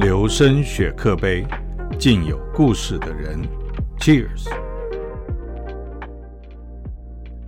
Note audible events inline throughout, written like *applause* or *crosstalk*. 求生雪克杯，敬有故事的人，Cheers。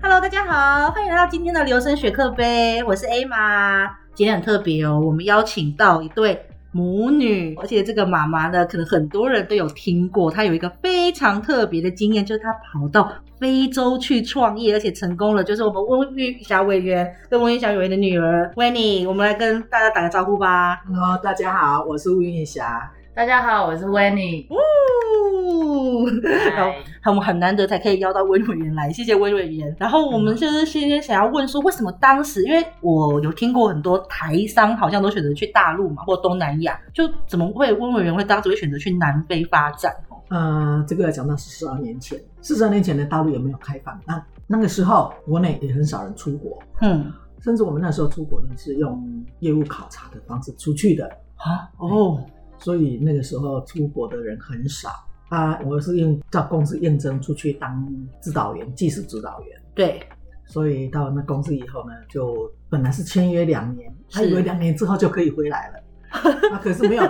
Hello，大家好，欢迎来到今天的留声雪克杯，我是 A 妈。今天很特别哦，我们邀请到一对母女，而且这个妈妈呢，可能很多人都有听过，她有一个非常特别的经验，就是她跑到非洲去创业，而且成功了。就是我们温玉霞委员跟温玉霞委员的女儿 w e n n 我们来跟大家打个招呼吧。 Hello，大家好，我是吴云霞。大家好，我是 w e n n y 呜好很我们很难得才可以邀到温委员来，谢谢温委员。然后我们就是现在想要问说，为什么当时？因为我有听过很多台商好像都选择去大陆嘛，或东南亚，就怎么会温委员会当时会选择去南非发展？哦，呃，这个要讲到四十二年前，四十二年前的大陆也没有开放，那那个时候国内也很少人出国，嗯，甚至我们那时候出国呢是用业务考察的方式出去的，啊，哦，所以那个时候出国的人很少啊。我是应到公司应征出去当指导员，技术指导员，对，所以到那公司以后呢，就本来是签约两年，是还以为两年之后就可以回来了，啊，可是没有，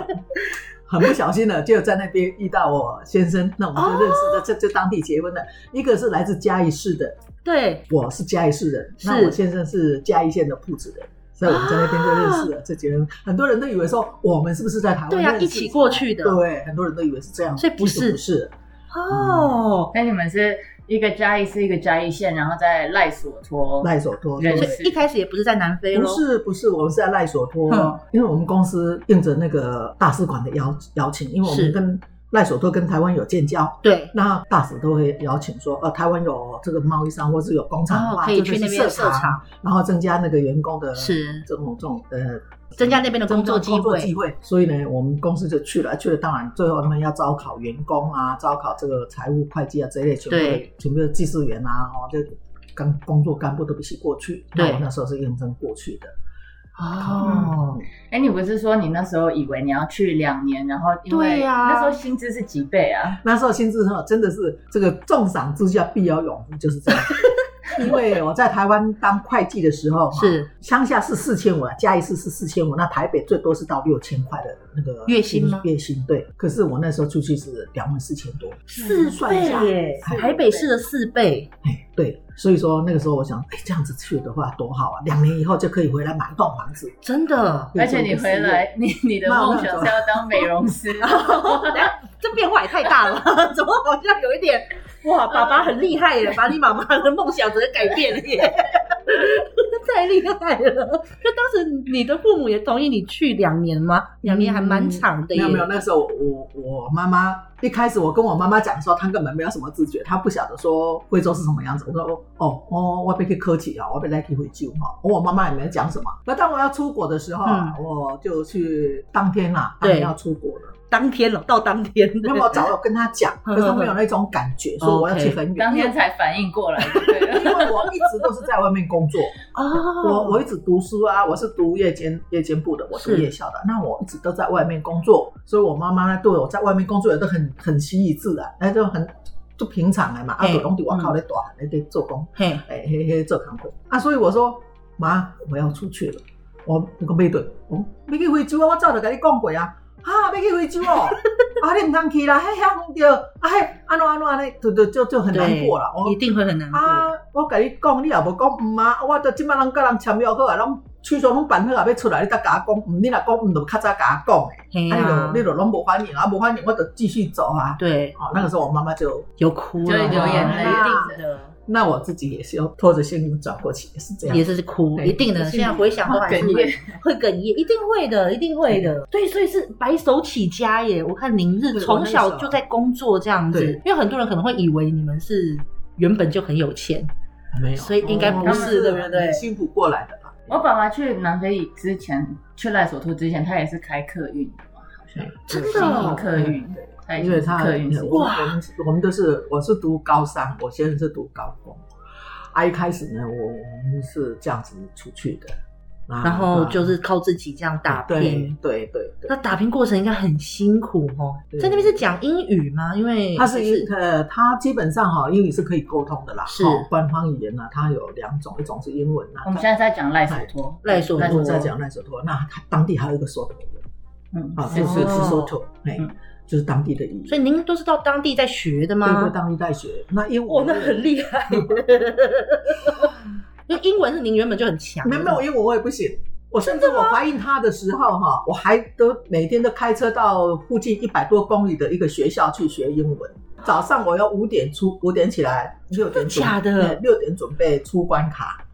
很不小心的就在那边遇到我先生，那我们就认识哦了，这、就当地结婚了。一个是来自嘉义市的，对，我是嘉义市人，是那我先生是嘉义县的铺子人。所以我们在那边就认识了，这结婚，很多人都以为说我们是不是在台湾啊对啊认识一起过去的对，很多人都以为是这样，所以不其实是不是，哦，那你们是一个嘉义市，一个嘉义县，然后在赖索托。赖索托，对哦所对以一开始也嗯不是在南非不咯，是不是，我们是在赖索托，嗯因为我们公司应着那个大使馆的邀邀请，因为我是们跟赖索托跟台湾有建交，对，那大使都会邀请说，呃，台湾有这个贸易商或是有工然厂的后话，哦可以就去是那边的设厂，厂，然后增加那个员工的是这种这种呃增加那边的工作机工作会机，会。所以呢，我们公司就去了，去了当然最后他们要招考员工啊，招考这个财务会计啊这一类全部的对全部的技术员啊，哦，就跟工作干部都一起过去。对那我那时候是应征过去的。嗯哦，哎，你不是说你那时候以为你要去两年，然后因为对呀那时候薪资是几倍啊？那时候薪资哈，真的是这个重赏之下必有勇夫，就 *laughs* 是这样。因为我在台湾当会计的时候，是乡下是四千五啊，嘉义市是四千五，那台北最多是到六千块的那个月薪吗月薪对，可是我那时候出去是两万四千多，四算倍一下耶，哎台北市的四倍。哎，对，所以说那个时候我想，哎，这样子去的话多好啊，两年以后就可以回来买一栋房子。真的，而且你回来，你你的那我梦想是要当美 *laughs* 容师，哎这变化也太大了， *laughs* 怎么好像有一点哇？爸爸很厉害耶，把你妈妈的梦想整个改变了耶， *laughs* 太厉害了！就当时你的父母也同意你去两年吗？两年还蛮长的嗯没耶，有没有，那时候我我我妈妈一开始我跟我妈妈讲的时候，她根本没有什么自觉，她不晓得说贵州是什么样子。我说哦哦，我被去科技啊，我被来去回救哈。我妈妈也没讲什么。那当我要出国的时候啊，我就去当天啦、啊，当天对要出国了。当天了，到当天那么我早有跟她讲，可是她没有那种感觉，说我要去很远。哦当天才反应过来，对不对因为我一直都是在外面工作，我哦，我一直读书啊，我是读夜间夜间部的，我是是夜校的。那我一直都在外面工作，所以我妈妈呢对我在外面工作也都很很习以自然，那就哎很就平常的嘛。啊，嘿都拢伫外口咧大汉咧咧做工，嘿，哎嘿嘿做工课。啊，所以我说妈，我要出去了。我那个妹对，我要去非洲啊，我早就跟你讲过啊。啊，要去非洲 *laughs* 哦，啊，你唔通去啦，嘿，遐远着，啊，嘿，安怎安怎安尼，就就就就很难过了。哦我一定会很难过。啊，我甲你讲，你也无讲毋啊，我都即摆人甲人签约好啊，拢手续拢办好啊，要出来你才甲我讲毋，你若讲毋，就较早甲我嘿讲诶，啊啊你就你就拢无反应啊，无反应我就继续走啊。对，哦，那个时候我妈妈就，有哭就了，流眼泪，啊一定的。那我自己也是要拖着现金转过去，也是这样。也是哭，对一定的。现在回想都还是哽会咽 *laughs* 会哽咽，一定会的，一定会的。对，所以是白手起家耶。我看您是对从我那小个时候就在工作这样子对，因为很多人可能会以为你们是原本就很有钱，没有，所以应该不哦他们是对不对很辛苦过来的吧？我爸爸去南非之前，去赖索托之前，他也是开客运的嘛，好像真经的营客运，对他也因为他客运是我哇们我们都是我是读高三，我先生是读高工。啊，一开始呢，我我们是这样子出去的，啊然后就是靠自己这样打对拼。对对对那，打拼过程应该很辛苦哦。对在那边是讲英语吗？因为它是就是英呃，它基本上哈、英语是可以沟通的啦。是哦官方语言呢、它有两种，一种是英文呐、啊我们现在在讲赖索托，赖索赖我托索们在托讲赖索托，那它当地还有一个索托语言，嗯啊，是就是是是吃哦寿头，哎嗯，就是当地的语言。所以您都是到当地在学的对对，吗？当地大学那英哦，文那很厉害。 *laughs* 因为英文是您原本就很强，没有没有，，因为我也不行。我甚至我怀孕她的时候哈，我还都每天都开车到附近一百多公里的一个学校去学英文。早上我要五点出，五点起来，六点准假的对六点准备出关卡，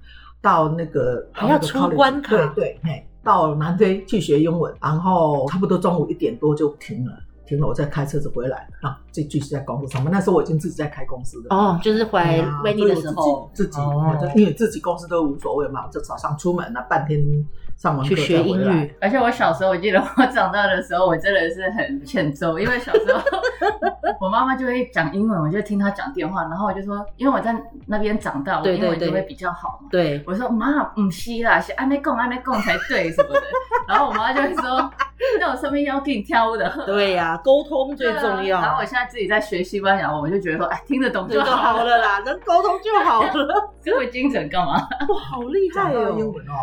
到那个还要到那个出 college，关卡对对，嘿，到南非去学英文，然后差不多中午一点多就停了，停了我再开车子回来，啊，就继续在公司上班。那时候我已经自己在开公司了。哦，就是怀啊威尼的时候，自己自己哦就因为自己公司都无所谓嘛，我就早上出门了，半天上完课去学再回英来语，而且我小时候，我记得我长大的时候，我真的是很欠揍，因为小时候 *laughs* 我妈妈就会讲英文，我就听她讲电话，然后我就说，因为我在那边长大，我对英对文就对会比较好嘛。对，我说妈，唔是啦，是安内讲安内讲才 *laughs* 对什么的。然后我妈就会说，那我身边要给你跳舞的。对呀，沟通最对啊重要，然后我现在自己在学西班牙文，我就觉得说，哎，听得懂这就就 *laughs* 好好了了，啦，能沟通就好 *laughs* 了，这么精准干嘛？哇，好厉讲害到哦，英文哦，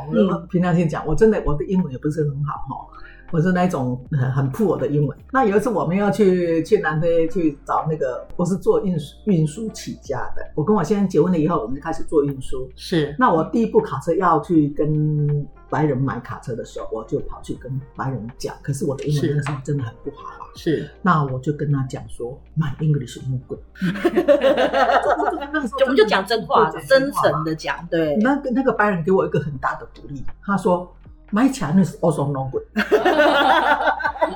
我平常先讲，我真的我的英文也不是很好哈、哦，我是那种很很破的英文。那有一次我们要去去南非去找那个，我是做运输运输起家的，我跟我先生结婚了以后，我们就开始做运输。是那我第一部卡车要去跟白人买卡车的时候，我就跑去跟白人讲，可是我的英是文那时候真的很不好啊。是，那我就跟他讲说，My English is no good。我们就讲真话，真诚。的讲，对，那个那个白人给我一个很大的鼓励，他说，My Chinese also no good。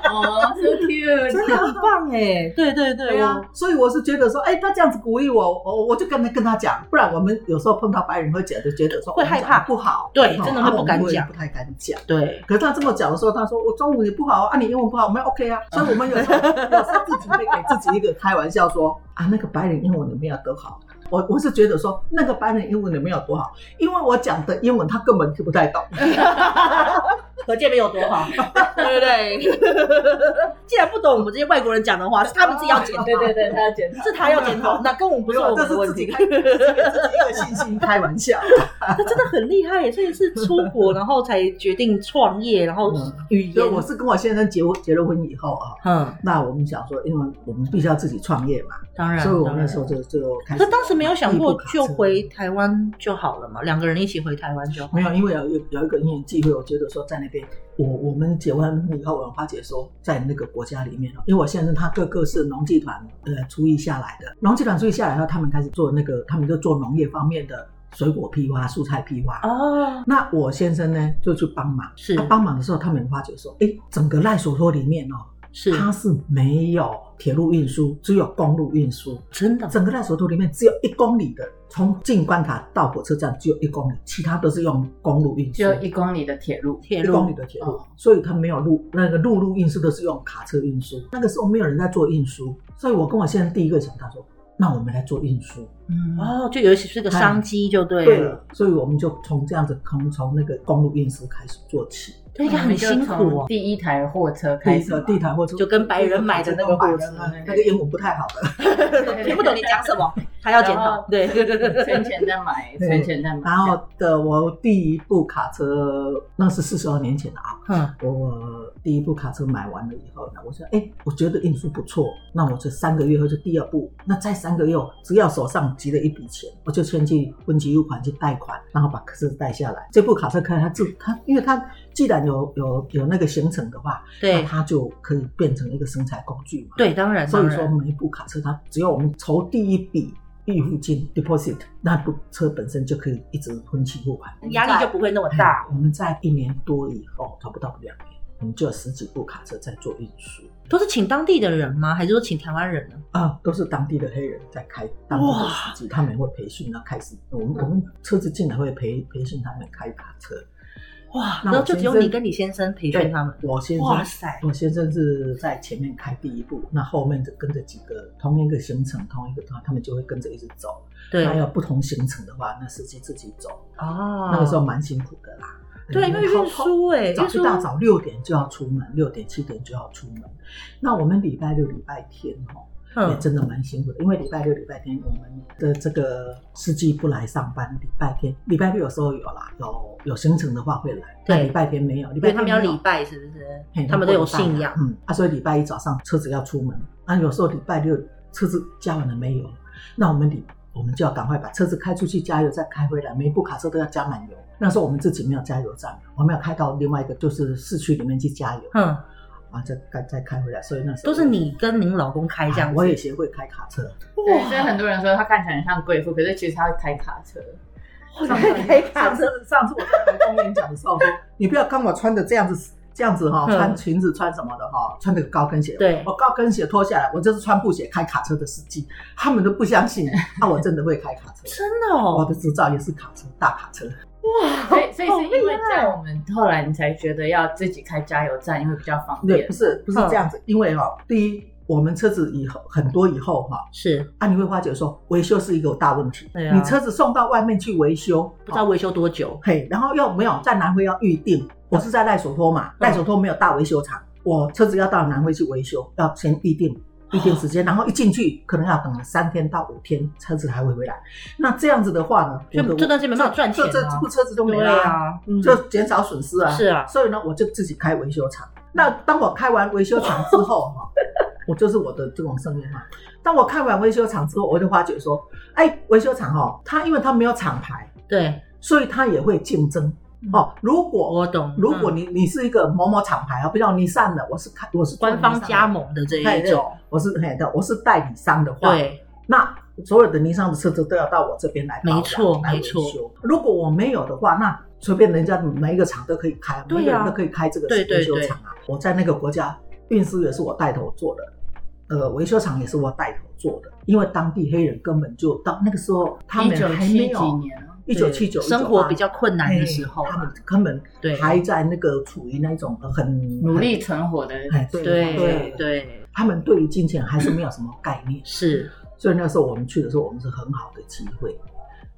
哦，so cute。真的很棒哎，对对对，啊我，所以我是觉得说，哎，他这样子鼓励我，我我就跟他跟他讲，不然我们有时候碰到白人会觉得觉得说会我们害怕讲不好，对哦真的会啊不敢我们会讲不太敢讲。对，可是他这么讲的时候，他说我中午也不好啊，你英文不好，我们 OK 啊，所以我们有时候有时候自己会给自己一个开玩笑说啊，那个白人英文你没有多好。我我是觉得说那个白人英文你没有多好，因为我讲的英文他根本听不太懂。可见没有多好，对不对？ *laughs* 既然不懂我们这些外国人讲的话，是他们自己要检讨， *laughs* 对对对，他要检讨。是他要检讨，那跟我们不不是是我，这们的是问自己题开，。自己给自己一个信心开 *laughs* 玩笑。他真的很厉害耶，所以是出国然后才决定创业，然后嗯语所以言，我是跟我先生结婚结了婚以后啊，嗯，那我们想说，因为我们必须要自己创业嘛，当然，所以我们嗯当那然时候就就开始。可当时没有想过第就一部卡车回台湾就好了嘛，两个人一起回台湾就好。没有，因为有有有一个因缘际会，我觉得说在那边，我我们结完以后，我花姐说在那个国家里面，因为我先生他各个是农技团呃出役下来的，农技团出役下来以后，他们开始做那个，他们就做农业方面的水果批发、蔬菜批发。哦，那我先生呢就去帮忙，是他帮忙的时候，他们发觉说，哎，整个赖索托里面哦，是它是没有铁路运输，只有公路运输。真的，整个赖索托里面只有一公里的，从进关卡到火车站只有一公里，其他都是用公路运输。就一公里的铁路，铁一公里路哦的铁路，所以它没有陆那个陆路运输都是用卡车运输。那个时候没有人在做运输，所以我跟我先生第一个想到说，那我们来做运输。嗯，哦，就尤其是个商机就对啊了，了，所以我们就从这样子，从从那个公路运输开始做起，对，应该哎很辛我们就苦从哦。第一台货车第开一始嘛个地台或者就跟白人买的那个货车嗯那个英文不太好的。 *laughs* 听不懂你讲什么，他要检然讨后，哦对，存钱再买，对存钱再买。然后的我第一部卡车，那是四十二年前了啊，嗯，我第一部卡车买完了以后呢，我说，哎、我觉得运输不错，那我这三个月后就第二部，那再三个月后，只要手上集了一笔钱，我就先去分期付款去贷款，然后把卡车贷下来。这部卡车开它自它，因为它既然有有有那个行程的话，那对它就可以变成一个生财工具嘛。对，当然，所以当说然，每一部卡车它只要我们筹第一笔预付金 deposit，那部车本身就可以一直分期付款。压力就不会那么大哎。我们在一年多以后，差不多两年，我们就有十几部卡车在做运输，都是请当地的人吗？还是说请台湾人呢？啊，都是当地的黑人在开，当地的司机他们也会培训啊，开始我们我们车子进来会培培训他们开卡车，哇，那然后我就先只有生你跟你先生培训他们。我先生哇塞，我先生是在前面开第一步，那后面就跟着几个同一个行程，同一个团，他们就会跟着一直走。对，那有不同行程的话，那司机自己走，哦，那个时候蛮辛苦的啦。对，因为运输哎，早运一输大早六点就要出门，六点七点就要出门。那我们礼拜六、礼拜天哦，嗯也真的蛮辛苦的，因为礼拜六、礼拜天我们的这个司机不来上班，礼拜天、礼拜六有时候有啦，有有行程的话会来，对但礼拜天没有，礼因拜为天他们要没有礼拜，是不是嘿？他们都有不礼拜信仰。嗯，啊，所以礼拜一早上车子要出门，啊，有时候礼拜六车子加完了没有，那我们礼我们就要赶快把车子开出去加油，再开回来，每一部卡车都要加满油。那时候我们自己没有加油站，我们要开到另外一个就是市区里面去加油，嗯，啊，再再再开回来，所以那时候都是你跟您老公开这样啊子。我也学会开卡车，对，所以很多人说她看起来很像贵妇，可是其实她会开卡车。上班开卡车。上次我在台中演讲的时候说，你不要看我穿的这样子，这样子哈、嗯穿裙子穿什么的哈、穿那个高跟鞋。对我高跟鞋脱下来，我就是穿布鞋开卡车的司机，他们都不相信。那、我真的会开卡车，真的我哦，的执照也是卡车，大卡车。所以，所以好是因厉为害这样，我们后来你才觉得要自己开加油站，因为比较方对，便不。是不是嗯这样子，因为哈、第一，我们车子以后很多以后哈、是啊，你会发觉说维修是一个大问题。对啊你车子送到外面去维修，不知道维修多久。嘿，然后又没嗯有在南非要预定，我是在赖索托嘛，赖索托没有大维修厂，我车子要到南非去维修，要先预定。预定时哦间，然后一进去可能要等三天到五天，车子还会回来。那这样子的话呢，所以我的这段时间没办法赚钱啊这这部车子就没对了、啊，嗯就减少损失啊。是啊嗯所以呢，我就自己开维修厂。那当我开完维修厂之后哈，我就是我的这种声音嘛。当我开完维修厂之后，我就发觉说，哎，维修厂哦，它因为它没有厂牌，对，所以它也会竞争哦。如果我懂。如果嗯你你是一个某某厂牌啊，不像你上的，我是开我是做官方加尼盟的这桑的，一对对种，，我是嘿的，我是代理商的话，对，那所有的尼桑的车子都要到我这边来保养，没错来维没错修。如果我没有的话，那随便人家每一个厂都可以开，对啊每一个人都可以开这个对对维修厂啊。我在那个国家运输也是我带头做的，呃，维修厂也是我带头做的，因为当地黑人根本就到那个时候他一们九还没七几有。年啊，一九七九，生活比较困难的时候哎，他们根本对还在那个处于那种很努力存活的哎对对对，对，他们对于金钱还是没有什么概念，是所以那时候我们去的时候，我们是很好的机会。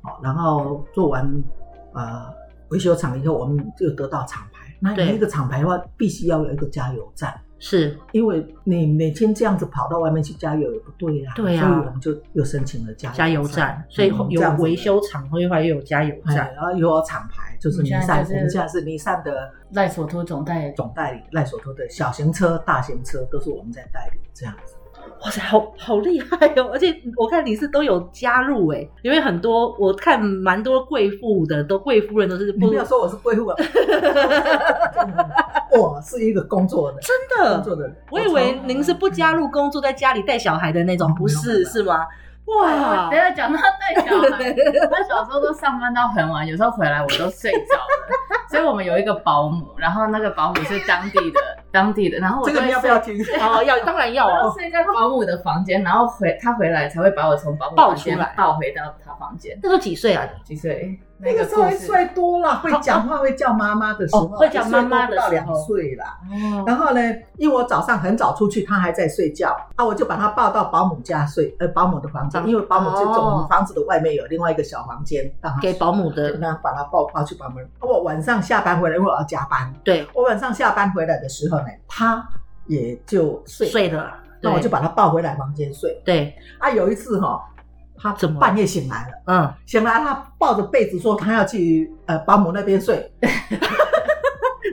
好，然后做完呃维修厂以后，我们就得到厂牌。那对你一个厂牌的话，必须要有一个加油站，是，因为你每天这样子跑到外面去加油也不对呀、对啊所以我们就又申请了加加油站站，，所以嗯这有样子维修厂，后来又有加油哎站，，然后又有厂牌，就是尼我们现在桑，就是我们现在是尼桑的赖索托总代总代理赖索托的小型车、大型车都是我们在代理这样子。哇塞，好好厉害哦！而且我看你是都有加入哎，因为很多我看蛮多贵妇的，都贵夫人都是你不不要说我是贵 *laughs* 妇啊，我是一个工作的真工的，作的人。我以为您是不加入工作，在家里带小孩的那种，嗯不没有没是有是吗？哇等一，下讲到带小孩， *laughs* 他小时候都上班到很晚，有时候回来我都睡着了，所以我们有一个保姆，然后那个保姆是当地的，当地的，然后我这就个会你要不睡要听？哦，要当然要啊我要哦，睡在保姆的房间，然后回他回来才会把我从保姆抱房间出来抱回到他房间。那时候几岁啊？几岁？ *laughs* 那个时候故还事帅多了，会讲话、会叫妈妈的时候，哦会叫妈妈的时候一岁多不到两岁啦。哦，然后呢，因为我早上很早出去，他还在睡觉啊，我就把他抱到保姆家睡，呃，保姆的房间，房因为保姆这种哦房子的外面有另外一个小房间，让他给保姆就的，那把他抱抱去保姆。啊我晚上下班回来，因为我要加班，对，我晚上下班回来的时候呢，他也就睡，睡的，那我就对把他抱回来房间睡。对，啊，有一次哈、他怎么了半夜醒来了。 *laughs* 嗯，醒来，他抱着被子说他要去呃保姆那边睡。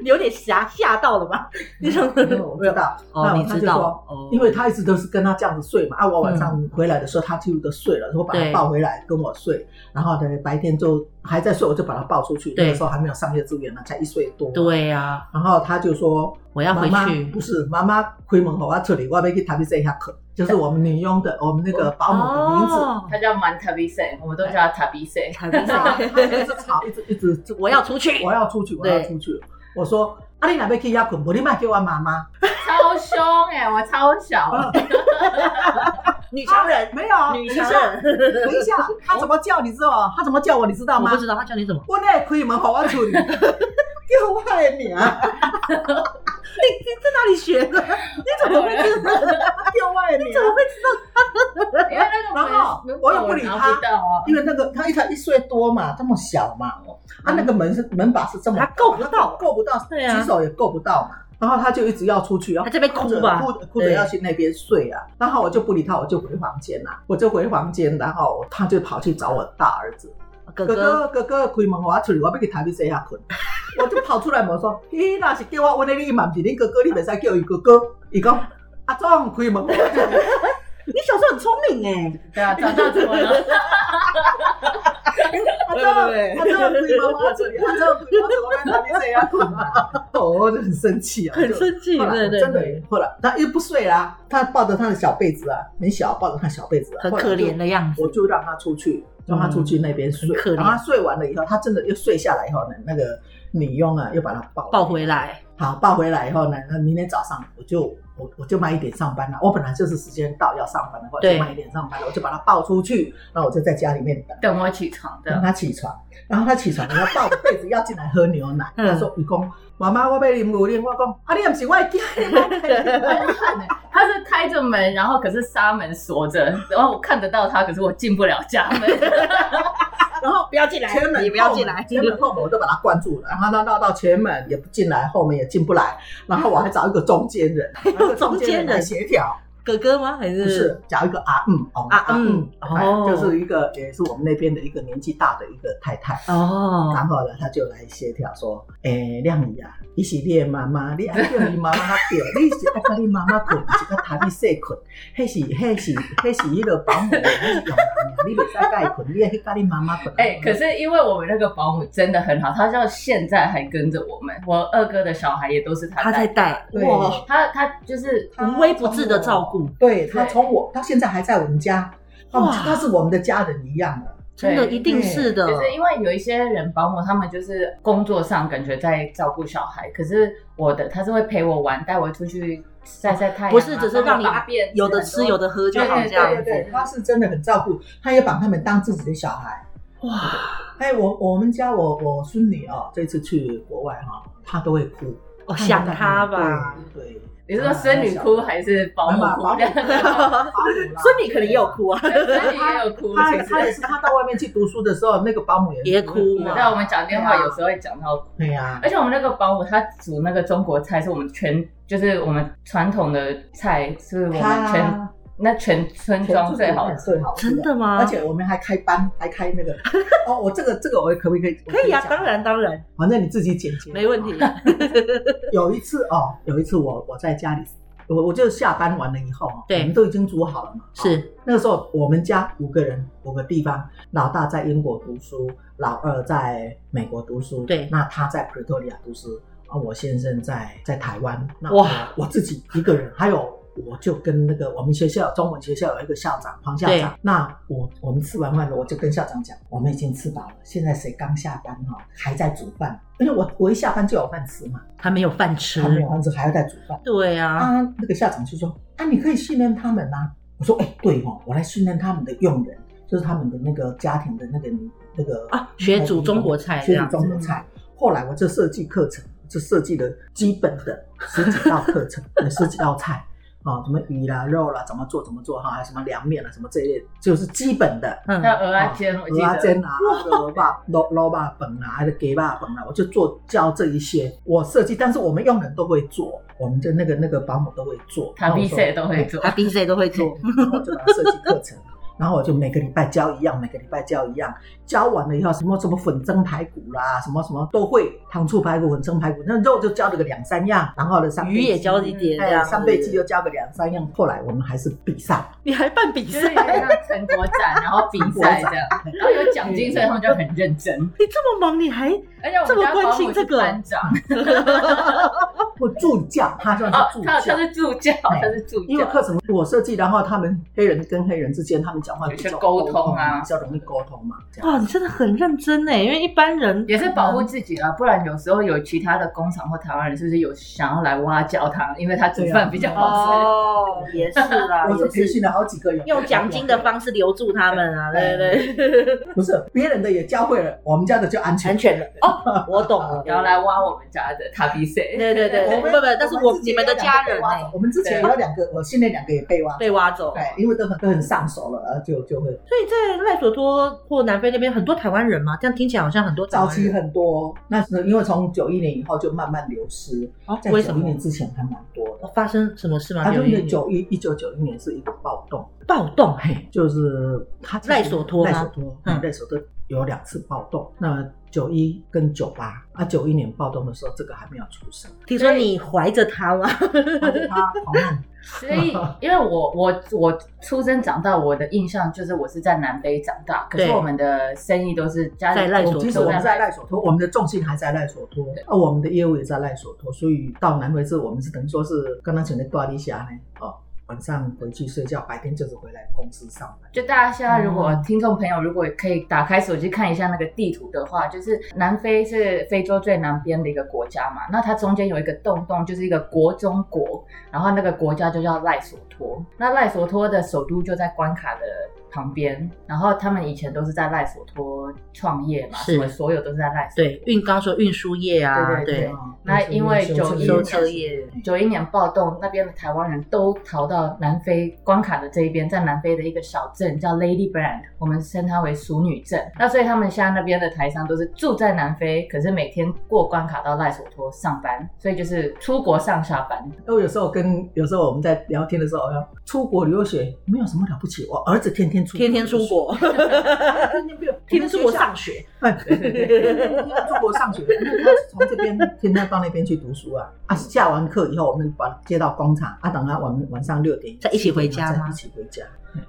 你有点吓吓到了吧？你想因为我知道，哦，那你他知就道说，哦，因为他一直都是跟他这样子睡嘛。啊，我晚上回来的时候，他就都睡了，我把他对抱回来跟我睡。然后呢，白天就还在睡，我就把他抱出去。对那个时候还没有上夜之园呢，才一岁多。。对呀，然后他就说我要回：“妈妈去不，是妈妈开门给我处理，我要去他们这一下课，就是我们女佣的，我们那个保姆的名字。哦他叫蛮 t a b i s 我们都叫他 t a b i s 才他不就一直吵，一直一直，我要出去，我要出去，我要出去。我说，啊，你哪边去压捆？我你卖给我妈妈。超凶哎、我超小，啊哎女强人，没有，女等一强下，人，等一下，他怎么叫你知道吗？他怎么叫我你知道我吗不？知道他叫你什么，我那也可以门啊好我 *laughs* 处理，给我外名，啊在哪里学的？怎么会？给我外名。啊因为那个然后门我也不理拿他到啊，因为那个他一才一岁多嘛，这么小嘛，啊，那个门是门把是这么，他够不到够不到，对啊举手也够不到嘛。然后他就一直要出去，要他这边哭吧哭着哭着对要去那边睡啊。然后我就不理他，我就回房间啦、我就回房间，然后他就跑去找我大儿子，哥哥哥，哥哥哥开门，我出去，我要去台北洗下困。 *laughs* 我就跑出来问说：“咦，那是叫我问你，你嘛不是恁哥哥，你袂使叫伊哥哥。”伊讲：“阿壮开门。”我哦就你小时候很聪明哎、对啊，长大怎么了？阿忠，阿忠，你妈妈这里，阿忠，你妈怎么会让你这 *laughs* 样滚啊？我就很生气啊，很生气，后来对对真的对，后来他又不睡啦，他抱着他的小被子啊，很小，抱着他小被子啊，很可怜的。的样子我。就让他出去，让他出去那边睡很可。怜然后他睡完了以后，他真的又睡下来以后呢，那个女佣啊又把他抱抱回。来，好，抱回来以后呢，那明天早上我就我我就慢一点上班了。我本来就是时间到要上班的话，我对就慢一点上班了，我就把他抱出去，那我就在家里面等。 *laughs* 等我起床让的，他起床，然后他起床，然后抱着被子要进来喝牛奶。嗯他说：“伊讲，妈妈，我要啉牛奶。”我讲：“啊，你也不是我的囝，你 *laughs* 别开他是开着门，然后可是纱门锁着，然后我看得到他，可是我进不了 *laughs* 家门。然后不要进前门你不要进来后门，前门后门我都把他关住了，然后他绕到前门也不进来，后门也进不来，然后我还找一个中间 *laughs* 人，然后中间人来协调，哥哥吗？还不是找一个啊嗯哦啊嗯哎哦就是一个也是我们那边的一个年纪大的一个太太。哦，然后呢，他就来协调说：“诶、亮姨啊，你是你的妈妈，你爱叫你妈妈对，你是爱跟你妈妈困，是跟他你细困，迄是迄是迄是迄个保姆，迄是佣人，你袂使甲伊困，你爱去跟你妈妈困。”哎、可是因为我们那个保姆真的很好，她到现在还跟着我们。我二哥的小孩也都是她他在带，带，对哇，她她就是无微不至的照顾，对他从我到现在还在我们家，哦哇，他是我们的家人一样的。真的对一定是的，就是因为有一些人保姆，他们就是工作上感觉在照顾小孩，可是我的他是会陪我玩，带我出去晒晒太阳啊，不是只是让你帮我大便，有的吃有的喝就好对这样对子，对他是真的很照顾，他也把他们当自己的小孩。哇，哎，我我们家我我孙女哦，这次去国外哈、她都会哭，我哦想他吧，对。啊对，你是啊说孙女哭还是保姆妈妈哭保？姆 *laughs* 孙女可能也有哭啊， *laughs* 孙女也有哭，他其他也实。是他到外面去读书的时候，那个保姆也也哭嘛在我们讲电话啊有时候会讲到哭，对啊呀而，且我们那个保姆她煮那个中国菜是我们全就是我们传统的菜，是哎我们全那全村庄最好吃。最好吃真的。吗？而且我们还开班，还开那 *laughs* 个哦，我这个这个我可不可以？可以啊，我当，然当然，反正你自己剪辑没问 *laughs* 题。有一次哦，有一次我我在家里，我我就下班完了以后哦，对我们都已经煮好了嘛。哦是那个时候我们家五个人，五个地方，老大在英国读书，老二在美国读书，对那他在普 r 多利亚读书，啊，我先生在在台湾，那哇我我自己一个人，还有。我就跟那个我们学校中文学校有一个校长黄校对长，那我我们吃完饭了，我就跟校长讲，我们已经吃饱了，现在谁刚下班哈、哦，还在煮饭，因为我我一下班就有饭吃嘛，他没有饭吃还，没有饭吃还要再煮饭，对啊，啊，那个校长就说啊，你可以训练他们呐、我说哎、对哦，我来训练他们的佣人，就是他们的那个家庭的那个那个啊学煮中国菜这学样煮子中国菜。后来我就设计课程，就设计了基本的十几道 *laughs* 课程，有十几道菜啊，什么鱼啦、肉啦，怎么做怎么做哈，还有什么凉面啦，什么这一类，就是基本的。嗯那，鹅啊煎，我记蚵仔得。煎啊，萝卜萝萝卜粉啊，还是鸡巴粉啊，我就做教这一些。我设计，但是我们用人都会做，我们的那个那个保姆都会做，他比谁都会做啊他比谁都会做，然后我就把它设计课程，然后我就每个礼拜教一样，每个礼拜教一样，教完了以后什么什么粉蒸排骨啦，什么什么都会，糖醋排骨、粉蒸排骨，那肉就教了个两三样，然后呢，三鱼也教教一点这哎，样子，三倍鸡又教个两三样。后来我们还是比赛，你还办比就是赛有，点像成果展，然后比赛这 *laughs* 样，然后有奖金，所以他们就很认真。你这么忙，你还而且我们家保姆是班长，我助教，他算哦是，助他教他。是助教，他是助因为教，课程我设计，然后他们黑人跟黑人之间，他们讲话比较有些沟通啊比较容易沟通嘛。这样哇，你真的很认真哎，因为一般人也是保护自己啊，不然有时候有其他的工厂或台湾人是不是有想要来挖角他，因为他煮啊饭比较好哦，也是 *laughs* 啦，我是培也是训了好几个有用奖金的方式留住他们啊，对对对，不是别人的也教会了，我们家的就安 *laughs* 全全了哦，我懂了吃，，然后来挖我们家的塔比塞。对对对，我不不，但是我自己你们的有两个家被人挖呢走我们之前对有两个，我现在两个也被挖走，被哎挖走，对，因为都很都很上手了，呃，就就会所以在赖索托或南非那边很多台湾人嘛，这样听起来好像很多台早湾期人。很多，那是因为从九一年以后就慢慢流失，哦在为九什一么年？之前还蛮多的。哦发生什么事吗？他就有一是九一一九九一年是一个暴动，暴动，嘿，就是他其实赖索托吗赖索托，嗯嗯，赖索托有两次暴动。那九一跟九八啊，九一年暴动的时候，这个还没有出生，听说你怀着他吗？而且他逃难，所以，因为我我我出生长大，我的印象就是我是在南非长大，可是对我们的生意都是家在里赖做索托其实我们在赖索托，我们的重心还在赖索托对，啊，我们的业务也在赖索托，所以到南回是我们是等于说是刚刚讲的断一下呢，哦，晚上回去睡觉，白天就是回来公司上班。就大家现在如果、听众朋友如果可以打开手机看一下那个地图的话，就是南非是非洲最南边的一个国家嘛，那它中间有一个洞洞，就是一个国中国，然后那个国家就叫赖索托。那赖索托的首都就在关卡的旁边，然后他们以前都是在赖索托创业嘛，是什么所有都是在赖索托。对，运刚说运输业啊，对对对对，那因哦为九一修年车业，九一年暴动，那边的台湾人都逃到南非关卡的这一边，在南非的一个小镇叫 Lady Brand，我们称它为熟女镇。那所以他们现在那边的台商都是住在南非，可是每天过关卡到赖索托上班，所以就是出国上下班。因为有时候跟有时候我们在聊天的时候，呃出国留学没有什么了不起，我儿子天天出天天出留学， *laughs* 国，天天不有天天出国上，学，哎，对对对，天天出国上学， *laughs* 因为他是从这边天天到那边去读书啊啊，下完课以后我们把他接到工厂啊，等他晚晚上六点再一起回家吗再一起回家。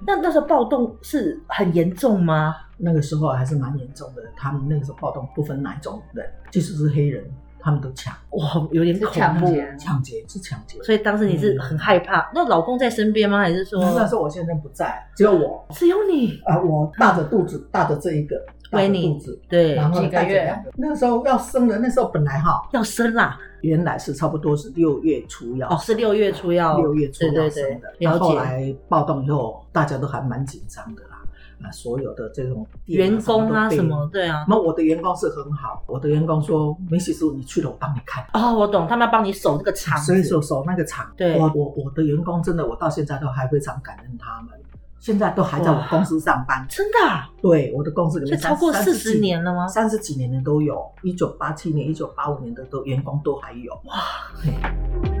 那那时候暴动是很严重吗？那个时候还是蛮严重的，他们那个时候暴动不分哪一种人，即使是黑人，他们都抢哇，有点是恐抢怖。劫抢劫是抢劫。所以当时你是很害怕，那老公在身边吗？还是说那时候我先生不在，只有我只有你？啊，我大着肚子，大着这一个，大维着尼肚子，对，然后几个带着月两个。那时候要生了，那时候本来哈，要生啦，原来是差不多是六月初要哦，是六月初要六月初要对对生对的，，然了后后解。来暴动以后，大家都还蛮紧张的啦，啊，所有的这种店员工啊都被什么，对啊，那我的员工是很好，我的员工说：“梅西叔，你去了，我帮你看。哦，我懂，他们要帮你守那个场”所以子，说，守那个场，对我我我的员工真的，我到现在都还非常感恩他们，现在都还在我哇公司上班。真的啊，对，我的公司里所以面超过四十年了吗？三十几年的都有，一九八七年、一九八五年的都员工都还有。哇，